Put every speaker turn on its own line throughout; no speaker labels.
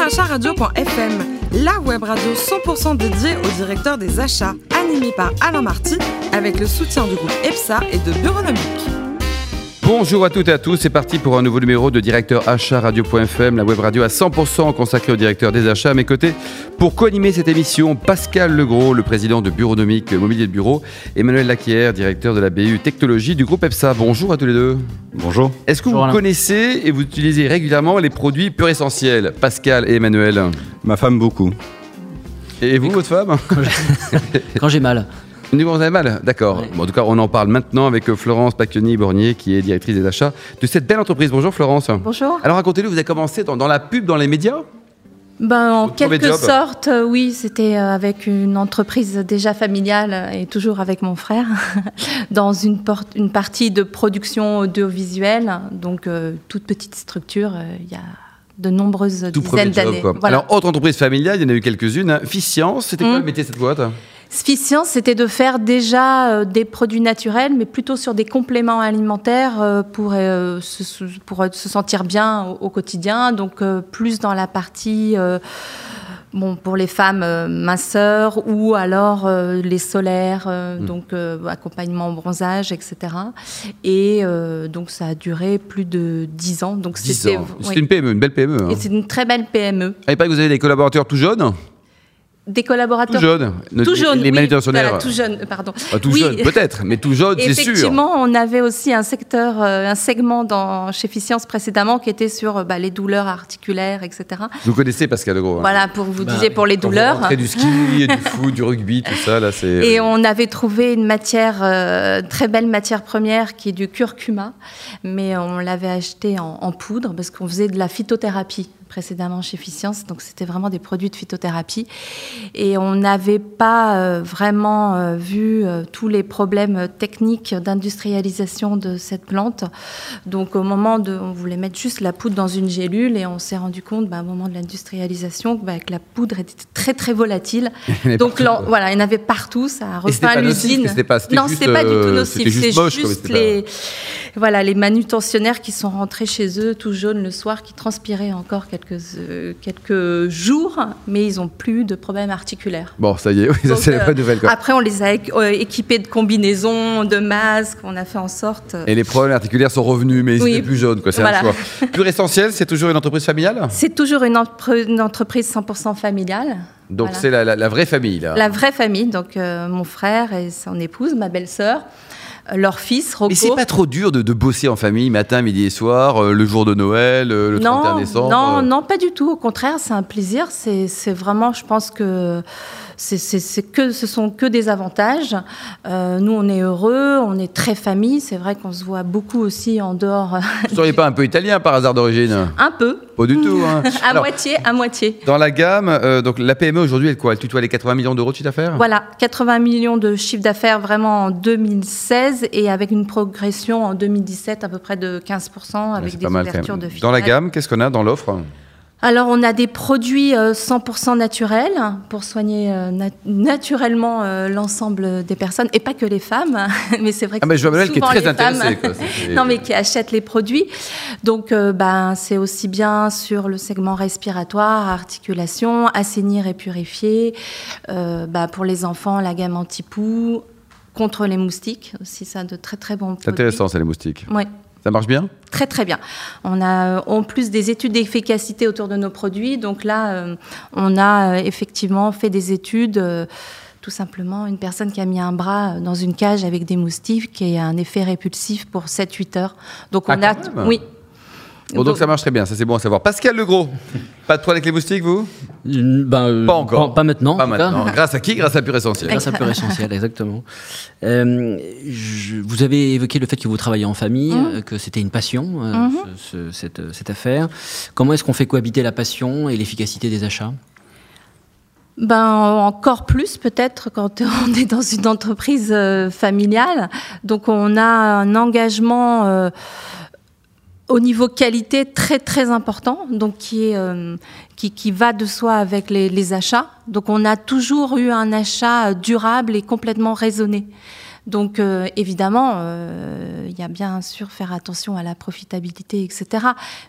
acharadio.fm, la web radio 100% dédiée au directeur des achats, animée par Alain Marty, avec le soutien du groupe EPSA et de Bureonomique.
Bonjour à toutes et à tous, c'est parti pour un nouveau numéro de Directeur Achat Radio.fm, la web radio à 100% consacrée au directeur des achats à mes côtés. Pour co-animer cette émission, Pascal Legros, le président de Bureaunomique Mobilier de Bureau, Emmanuel Laquière, directeur de la BU Technologie du groupe EPSA. Bonjour à tous les deux.
Bonjour.
Est-ce que
Bonjour,
vous
Alain.
connaissez et vous utilisez régulièrement les produits pur essentiels, Pascal et Emmanuel
Ma femme beaucoup.
Et vous, votre femme
Quand j'ai mal.
Nous, on a mal, d'accord.
Ouais.
Bon, en tout cas, on en parle maintenant avec euh, Florence Pacchioni-Bornier, qui est directrice des achats de cette belle entreprise. Bonjour Florence.
Bonjour.
Alors racontez-nous, vous avez commencé dans, dans la pub, dans les médias
Ben, en
Votre premier
quelque
job.
sorte, euh, oui, c'était euh, avec une entreprise déjà familiale euh, et toujours avec mon frère, dans une, por- une partie de production audiovisuelle, donc euh, toute petite structure, euh, il y a de nombreuses
Tout
dizaines
premier job,
d'années.
quoi.
Voilà.
Alors, autre entreprise familiale, il y en a eu quelques-unes. hein. Fiscience, c'était quoi
Mm.
le métier de cette boîte
Sufficience, c'était de faire déjà euh, des produits naturels, mais plutôt sur des compléments alimentaires euh, pour, euh, se, se- pour euh, se sentir bien au, au quotidien. Donc, euh, plus dans la partie. euh, Bon, pour les femmes euh, minceurs ou alors euh, les solaires, euh,
Mm.
donc euh, accompagnement au bronzage, etc. Et euh, donc ça a duré plus de 10 ans. Donc
10
c'était
ans. C'était
oui.
une PME, une belle PME. Hein.
Et c'est une très belle PME.
Ah, il paraît que vous avez des collaborateurs tout jeunes
Des
Tout
collaborateurs
jeunes. Nos-
tout jeunes,
Les
oui,
manutentionnaires.
voilà, tout jeunes, pardon.
Ah, tout
Oui.
jeunes, peut-être, mais tout jeunes,
Et
c'est sûr.
Effectivement, on avait aussi un secteur, euh, un segment dans, chez Ficience précédemment qui était sur euh, bah, les douleurs articulaires, etc.
Vous connaissez Pascal Legros. hein.
Voilà, pour vous
Bah,
disiez pour les
Quand vous
douleurs.
rentrez du ski, du foot, du rugby, tout ça, là, c'est. euh,
Et on avait trouvé une matière, euh, très belle matière première qui est du curcuma, mais on l'avait acheté en, en poudre parce qu'on faisait de la phytothérapie précédemment chez Ficience, donc c'était vraiment des produits de phytothérapie. Et on n'avait pas euh, vraiment euh, vu euh, tous les problèmes techniques d'industrialisation de cette plante. Donc au moment de, on voulait mettre juste la poudre dans une gélule et on s'est rendu compte, bah, au moment de l'industrialisation, bah, que la poudre était très très volatile
Elle est
donc
partout,
l'en-
quoi.
voilà, il y en avait partout, ça a
Et
refait
c'était
à
pas nocif,
l'usine.
c'était pas- c'était
Non,
juste,
c'était pas du tout
euh,
nocif,
c'était juste
c'est
moche, quoi, mais
juste
c'était pas-
les, voilà, les manutentionnaires qui sont rentrés chez eux tout jaunes le soir, qui transpiraient encore quelques, euh, quelques jours, mais ils n'ont plus eu de problème articulaire.
Bon, ça y est, oui, ça,
Donc,
c'est la
euh,
bonne nouvelle. Quoi.
Après, on les a équ- euh, équipés de combinaisons, de masques, on a fait en sorte... euh,
Et les problèmes articulaires sont revenus, mais ils
ah. Oui.
étaient plus jaunes, quoi. C'est
Voilà.
un choix. Pur essentiel, c'est toujours une entreprise familiale.
C'est toujours une, empre- une entreprise 100% familiale,
Donc
Voilà.
c'est la, la- la vraie famille, là.
la vraie famille, donc euh, mon frère et son épouse, ma belle-sœur, euh, leur fils, Rocco.
Mais c'est pas trop dur de, de bosser en famille, matin, midi et soir, euh, le jour de Noël, euh, le 31 décembre.
Non,
euh.
non, pas du tout. Au contraire, c'est un plaisir. C'est c'est vraiment, je pense que, c'est c'est- c'est que ce sont que des avantages. Euh, nous, on est heureux, on est très famille. C'est vrai qu'on se voit beaucoup aussi en dehors, euh,
Vous seriez pas un peu italien par hasard d'origine
un peu,
Pas du tout. hein.
à
Alors,
moitié, à moitié.
dans la gamme, euh, donc la PME aujourd'hui, elle quoi Elle tutoie les 80 millions d'euros de chiffre d'affaires
Voilà, 80 millions de chiffre d'affaires vraiment en 2016 et avec une progression en 2017 à peu près de 15%
Ouais,
avec
c'est
des
pas mal, quand
ouvertures
même.
de
Dans la
filiales.
gamme, qu'est-ce qu'on a dans l'offre
Alors, on a des produits euh, 100% naturels pour soigner euh, nat- naturellement euh, l'ensemble des personnes, et pas que les femmes, hein. mais c'est vrai que
Ah, mais je
c'est
vois Manuel qui est
souvent
très
les femmes
intéressé. quoi. C'est-
non, mais qui achètent les produits. Donc, euh, ben, c'est aussi bien sur le segment respiratoire, articulation, assainir et purifier. Euh, ben, pour les enfants, la gamme anti-poux, contre les moustiques, aussi ça de très très bons produits.
C'est intéressant, c'est les moustiques.
Ouais.
Ça marche bien
Très très bien. On a euh, en plus des études d'efficacité autour de nos produits. Donc là, euh, on a euh, effectivement fait des études. euh, tout simplement, une personne qui a mis un bras euh, dans une cage avec des moustiques qui a un effet répulsif pour 7-8 heures. Donc
Ah,
on a,
quand même.
oui.
Bon, donc ça marche très bien, ça c'est bon à savoir. Pascal Legros, pas de poil avec les moustiques, vous
Une- ben, euh,
Pas encore.
Pas, pas maintenant.
Pas
en tout cas.
maintenant. Grâce à qui Grâce à Pur Essentiel.
Grâce à Pure Essentiel, exactement. Euh, je- vous avez évoqué le fait que vous travaillez en famille,
Mhm.
euh, que c'était une passion, euh,
Mhm.
ce- ce- cette, euh, cette affaire. Comment est-ce qu'on fait cohabiter la passion et l'efficacité des achats
Ben, encore plus peut-être quand on est dans une entreprise euh, familiale. Donc on a un engagement euh, au niveau qualité très très important, donc qui, est, euh, qui, qui va de soi avec les, les achats. Donc on a toujours eu un achat durable et complètement raisonné. Donc euh, évidemment, euh, il y a bien sûr faire attention à la profitabilité, etc.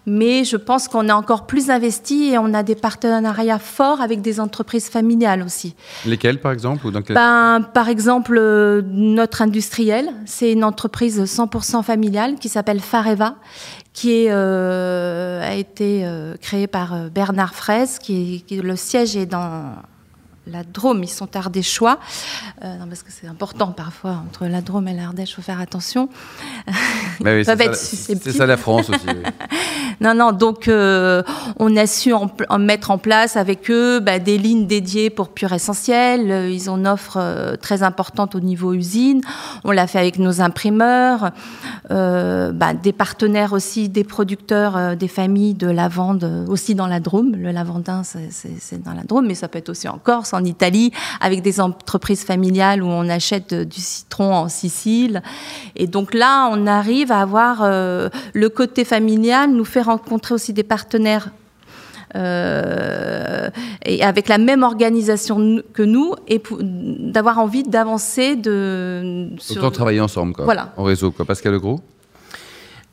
Mais je pense qu'on est encore plus investi et on a des partenariats forts avec des entreprises familiales aussi.
Lesquels, par exemple ou dans quel-
Ben, par exemple, euh, notre industriel, c'est une entreprise 100% familiale qui s'appelle Fareva, qui est, euh, a été euh, créée par euh, Bernard Fraisse, qui, est- qui- le siège est dans la Drôme, ils sont ardéchois, Euh, non, parce que c'est important parfois, entre la Drôme et l'Ardèche, il faut faire attention.
Bah oui,
peuvent
c'est
être
ça,
susceptibles.
C'est ça la France aussi. oui.
Non, non, donc euh, on a su en, pl- en mettre en place avec eux bah, des lignes dédiées pour Pure Essentiel. Euh, Ils ont une offre euh, très importante au niveau usine. On l'a fait avec nos imprimeurs, euh, bah, des partenaires aussi, des producteurs, euh, des familles de lavande euh, aussi dans la Drôme. Le lavandin, c'est- c'est c'est dans la Drôme, mais ça peut être aussi en Corse, en Italie, avec des entreprises familiales où on achète euh, du citron en Sicile. Et donc là, on arrive à avoir euh, le côté familial, nous fait rencontrer aussi des partenaires euh, et avec la même organisation que nous, et pou- d'avoir envie d'avancer de sur-
Autant travailler ensemble, quoi.
Voilà.
En réseau, quoi. Pascal Legros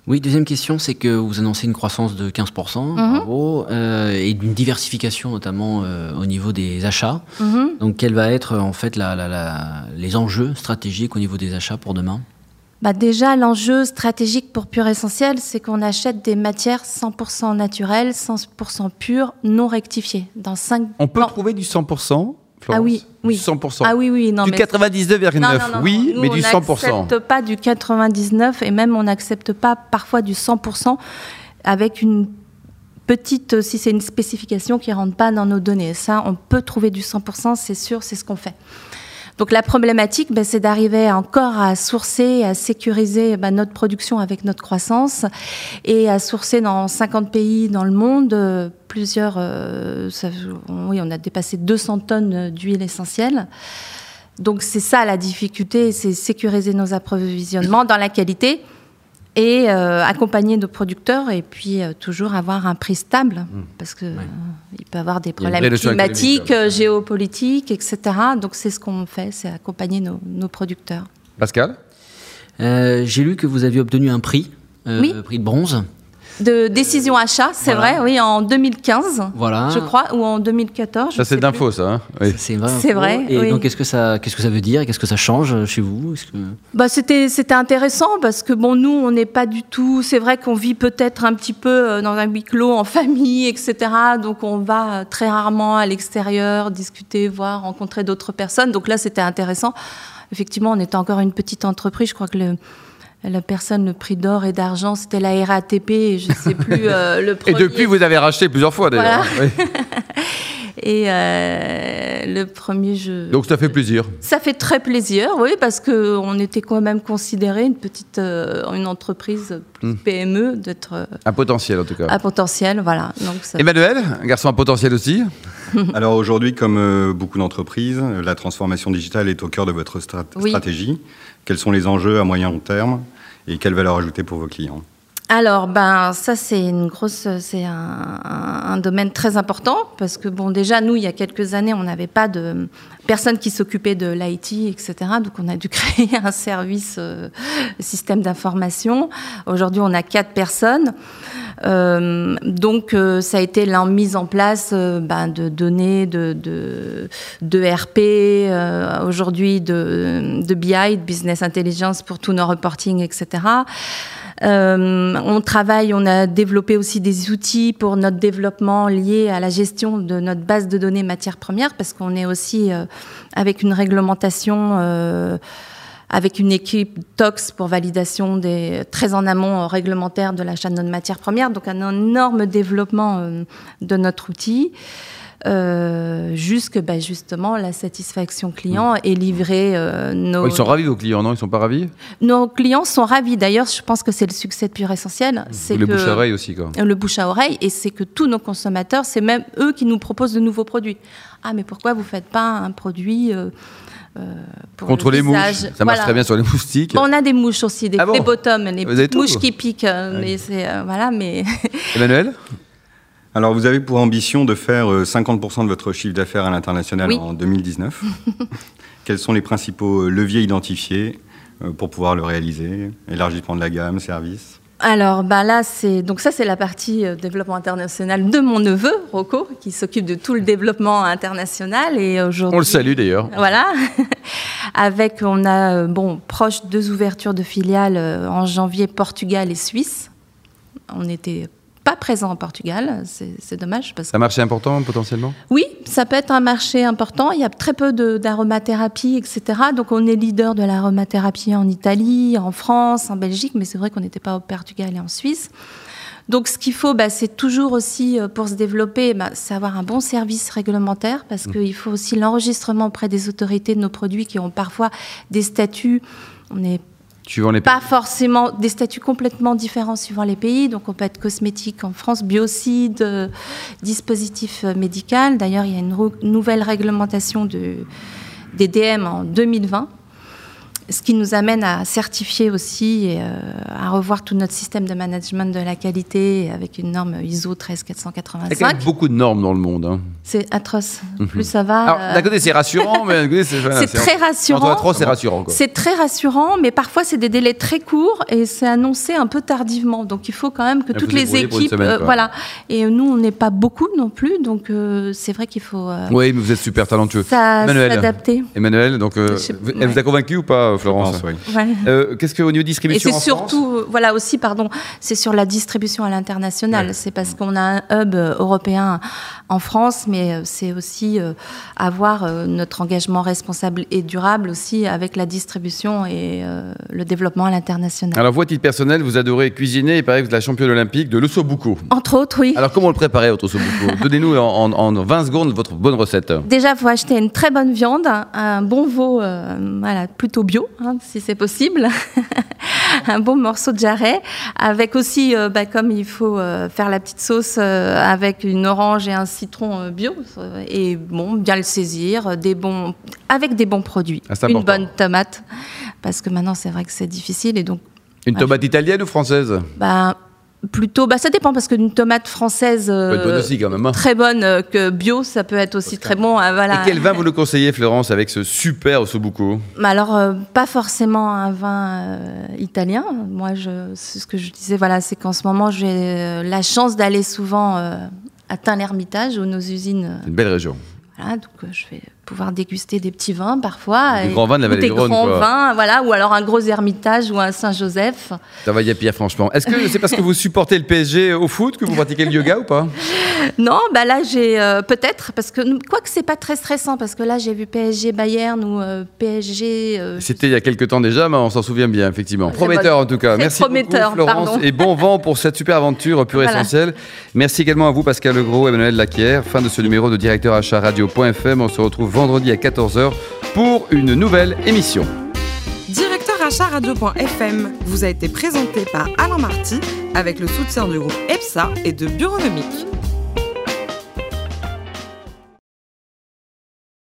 Oui, deuxième question, c'est que vous annoncez une croissance de 15%, bravo, euh, et d'une diversification notamment euh, au niveau des achats.
Mhm.
Donc, quels va être euh, en fait la- la- la- les enjeux stratégiques au niveau des achats pour demain
Bah déjà, l'enjeu stratégique pour Pure Essentiel, c'est qu'on achète des matières 100% naturelles, 100% pures, non rectifiées, dans 5
On peut trouver du 100% Florence
Ah oui,
Du
oui.
100%.
Ah oui, oui, non,
du
mais...
99,9,
Non, non, non,
oui,
non.
mais
Nous,
du
On
100%.
n'accepte pas du 99 et même on n'accepte pas parfois du 100% avec une petite, euh, si c'est une spécification qui ne rentre pas dans nos données. Ça, on peut trouver du 100%, c'est sûr, c'est ce qu'on fait. Donc la problématique, ben, c'est d'arriver encore à sourcer, à sécuriser ben, notre production avec notre croissance et à sourcer dans 50 pays dans le monde. euh, Plusieurs, euh, ça- oui, on a dépassé 200 tonnes d'huile essentielle. Donc c'est ça la difficulté, c'est sécuriser nos approvisionnements dans la qualité et euh, accompagner nos producteurs et puis euh, toujours avoir un prix stable parce que euh, il peut avoir des
Mmh. Il y a une vraie
problèmes
notion hein. économique,
climatiques,
là,
euh, géopolitiques, etc. Donc c'est ce qu'on fait, c'est accompagner nos, nos producteurs.
Pascal
Euh, J'ai lu que vous aviez obtenu un prix, euh,
Oui.
prix de bronze.
Euh,
De décision achat, c'est
Voilà.
vrai, oui, en 2015,
Voilà.
je crois, ou en 2014. je
Ça, c'est
sais plus.
d'info, ça. hein Oui.
C'est vrai.
C'est vrai,
Et
oui.
donc, qu'est-ce que ça, qu'est-ce que ça veut dire et Qu'est-ce que ça change euh, chez vous Est-ce que-
Bah, c'était c'était intéressant parce que bon nous on n'est pas du tout c'est vrai qu'on vit peut-être un petit peu euh, dans un huis clos en famille etc donc on va euh, très rarement à l'extérieur discuter voir rencontrer d'autres personnes donc là c'était intéressant effectivement on était encore une petite entreprise je crois que le la personne le prix d'or et d'argent c'était la RATP et je sais plus euh, le
Et
premier
depuis, vous avez racheté plusieurs fois, d'ailleurs. Oui.
et euh, le premier jeu
Donc, ça fait plaisir.
Ça fait très plaisir, oui, parce que on était quand même considéré une petite, euh, une entreprise plus
Mm.
PME d'être euh,
Un potentiel, en tout cas.
à potentiel, voilà. Donc ça-
Emmanuel, un garçon à potentiel aussi.
Alors aujourd'hui, comme euh, beaucoup d'entreprises, euh, la transformation digitale est au cœur de votre strat-
Oui.
stratégie. Quels sont les enjeux à moyen long terme et quelle valeur ajoutée pour vos clients
Alors, ben, ça, c'est une grosse, c'est un, un- un domaine très important parce que, bon, déjà, nous, il y a quelques années, on n'avait pas de personne qui s'occupait de l'IT, etc. Donc, on a dû créer un service euh, système d'information. Aujourd'hui, on a quatre personnes. Euh, donc, euh, ça a été la mise en place euh, ben, de données, de, de, de RP, euh, aujourd'hui de, de BI, de Business Intelligence pour tous nos reporting, etc. Euh, on travaille, on a développé aussi des outils pour notre développement lié à la gestion de notre base de données matières premières, parce qu'on est aussi euh, avec une réglementation. euh, avec une équipe TOX pour validation des très en amont euh, réglementaire de l'achat de notre matière première, donc un énorme développement euh, de notre outil, euh, jusque ben, justement la satisfaction client et livrer euh, nos,
Oh, ils sont ravis, vos clients, non Ils sont pas ravis
nos clients sont ravis. D'ailleurs, je pense que c'est le succès de Pure Essentiel.
Ou
C'est
les
que-
bouches Mmh. à oreille aussi, quoi.
le bouche à oreille, et c'est que tous nos consommateurs, c'est même eux qui nous proposent de nouveaux produits. Ah, mais pourquoi vous faites pas un produit euh, euh, pour
Contre
le
les mouches.
visage
Ça marche
Voilà.
très bien sur les moustiques.
Bon, on a des mouches aussi, des,
Ah bon
des bottoms, les
Vous avez
petites
tout,
mouches
vous Ah
qui piquent. euh, Mais c'est euh, voilà, mais
Emmanuel
Alors vous avez pour ambition de faire euh, 50% de votre chiffre d'affaires à l'international
Oui.
en 2019. Quels sont les principaux euh, leviers identifiés euh, pour pouvoir le réaliser Élargissement de la gamme, service
alors ben là, c'est donc ça c'est la partie euh, développement international de mon neveu Rocco qui s'occupe de tout le développement international et aujourd'hui
On le salue d'ailleurs.
Voilà. Avec on a euh, bon proche deux ouvertures de filiales euh, en janvier Portugal et Suisse. On n'était pas présent en Portugal, c'est c'est dommage parce que
Ça marché important potentiellement
oui, ça peut être un marché important. Il y a très peu de- d'aromathérapie, etc. Donc on est leader de l'aromathérapie en Italie, en France, en Belgique, mais c'est vrai qu'on n'était pas au Portugal et en Suisse. Donc ce qu'il faut, bah, c'est toujours aussi, euh, pour se développer, bah, c'est avoir un bon service réglementaire, parce qu'il faut aussi l'enregistrement auprès des autorités de nos produits qui ont parfois des statuts. On n'est
Tu vends les
pas forcément des statuts complètement différents suivant les pays. Donc, on peut être cosmétique en France, biocide, euh, dispositif euh, médical. D'ailleurs, il y a une rou- nouvelle réglementation de, des DM en 2020, ce qui nous amène à certifier aussi et euh, à revoir tout notre système de management de la qualité avec une norme ISO
Il y a quand
13485.
même beaucoup de normes dans le monde. hein.
C'est atroce. Plus ça va.
Mhm. Alors,
euh,
d'un côté, c'est rassurant, mais d'un côté, c'est. voilà,
c'est très
Quand on a
rassurant.
trop, c'est rassurant. Quoi.
C'est très rassurant, mais parfois c'est des délais très courts et c'est annoncé un peu tardivement. Donc il faut quand même que
faut
toutes
se
les
débrouiller pour une
équipes, euh,
semaine, quoi.
voilà. Et nous, on n'est pas beaucoup non plus, donc euh, c'est vrai qu'il faut euh,
Oui, mais vous êtes super talentueux.
ça-
Manuel.
s'adapter.
Emmanuel, donc, euh,
Je sais-
vous- elle
ouais.
vous a convaincu ou pas, euh,
Je
Florence
pense, oui.
Voilà.
Euh, Qu'est-ce qu'au niveau
Et
distribution
c'est
en France
surtout, euh, voilà aussi, pardon, c'est sur la distribution à l'international.
Ouais.
C'est parce qu'on a un hub euh, européen en France, mais euh, c'est aussi euh, avoir euh, notre engagement responsable et durable aussi avec la distribution et euh, le développement à l'international.
Alors, vous, à titre personnel, vous adorez cuisiner et paraît que vous êtes la championne olympique de l'ossobuco.
Entre autres, oui.
Alors, comment on le préparait, votre ossobuco Donnez-nous en, en- en 20 secondes votre bonne recette.
Déjà, faut acheter une très bonne viande, un- un bon veau, euh, voilà, plutôt bio, hein, si c'est possible, un bon morceau de jarret, avec aussi, euh, bah, comme il faut euh, faire la petite sauce euh, avec une orange et un citron euh, bio, euh, et bon, bien le saisir, euh, des bons, avec des bons produits,
Ah, c'est
une
important.
bonne tomate, parce que maintenant c'est vrai que c'est difficile, et donc
Une
Ouais.
tomate italienne ou française
bah, plutôt, bah, ça dépend, parce qu'une tomate française
Ça peut être bonne
euh,
aussi, quand même. hein.
très bonne euh, que bio, ça peut être aussi très bon, ah, voilà.
Et quel vin vous le conseillez, Florence, avec ce super ossobuco
Mais alors, euh, pas forcément un vin euh, italien. Moi, je, c'est ce que je disais, voilà, c'est qu'en ce moment, j'ai euh, la chance d'aller souvent euh, à Tain-l'Hermitage, où nos usines. euh,
Une belle région.
voilà, donc euh, je vais pouvoir déguster des petits vins parfois.
Des
et-
grands vins de la
ou
vallée
Des
du Rhône,
grands
quoi.
vins, voilà, ou alors un gros Hermitage ou un Saint-Joseph.
Ça va, y a pire, franchement. Est-ce que c'est parce que vous supportez le PSG au foot que vous pratiquez le yoga ou pas
Non, bah là j'ai euh, peut-être parce que quoique c'est pas très stressant parce que là j'ai vu PSG Bayern ou euh, PSG euh,
C'était il y a quelques temps déjà, mais on s'en souvient bien, effectivement.
Très
Prometteur en tout cas.
très
Merci
prometteur,
beaucoup, Florence,
pardon.
et bon vent pour cette super aventure pure
Voilà.
essentielle. Merci également à vous, Pascal Legros, Emmanuel Lacquière. Fin de ce numéro de directeur achat radio.fm. On se retrouve vendredi à 14h pour une nouvelle émission.
Directeur achat radio.fm vous a été présenté par Alain Marty avec le soutien du groupe EPSA et de Bureaunomique.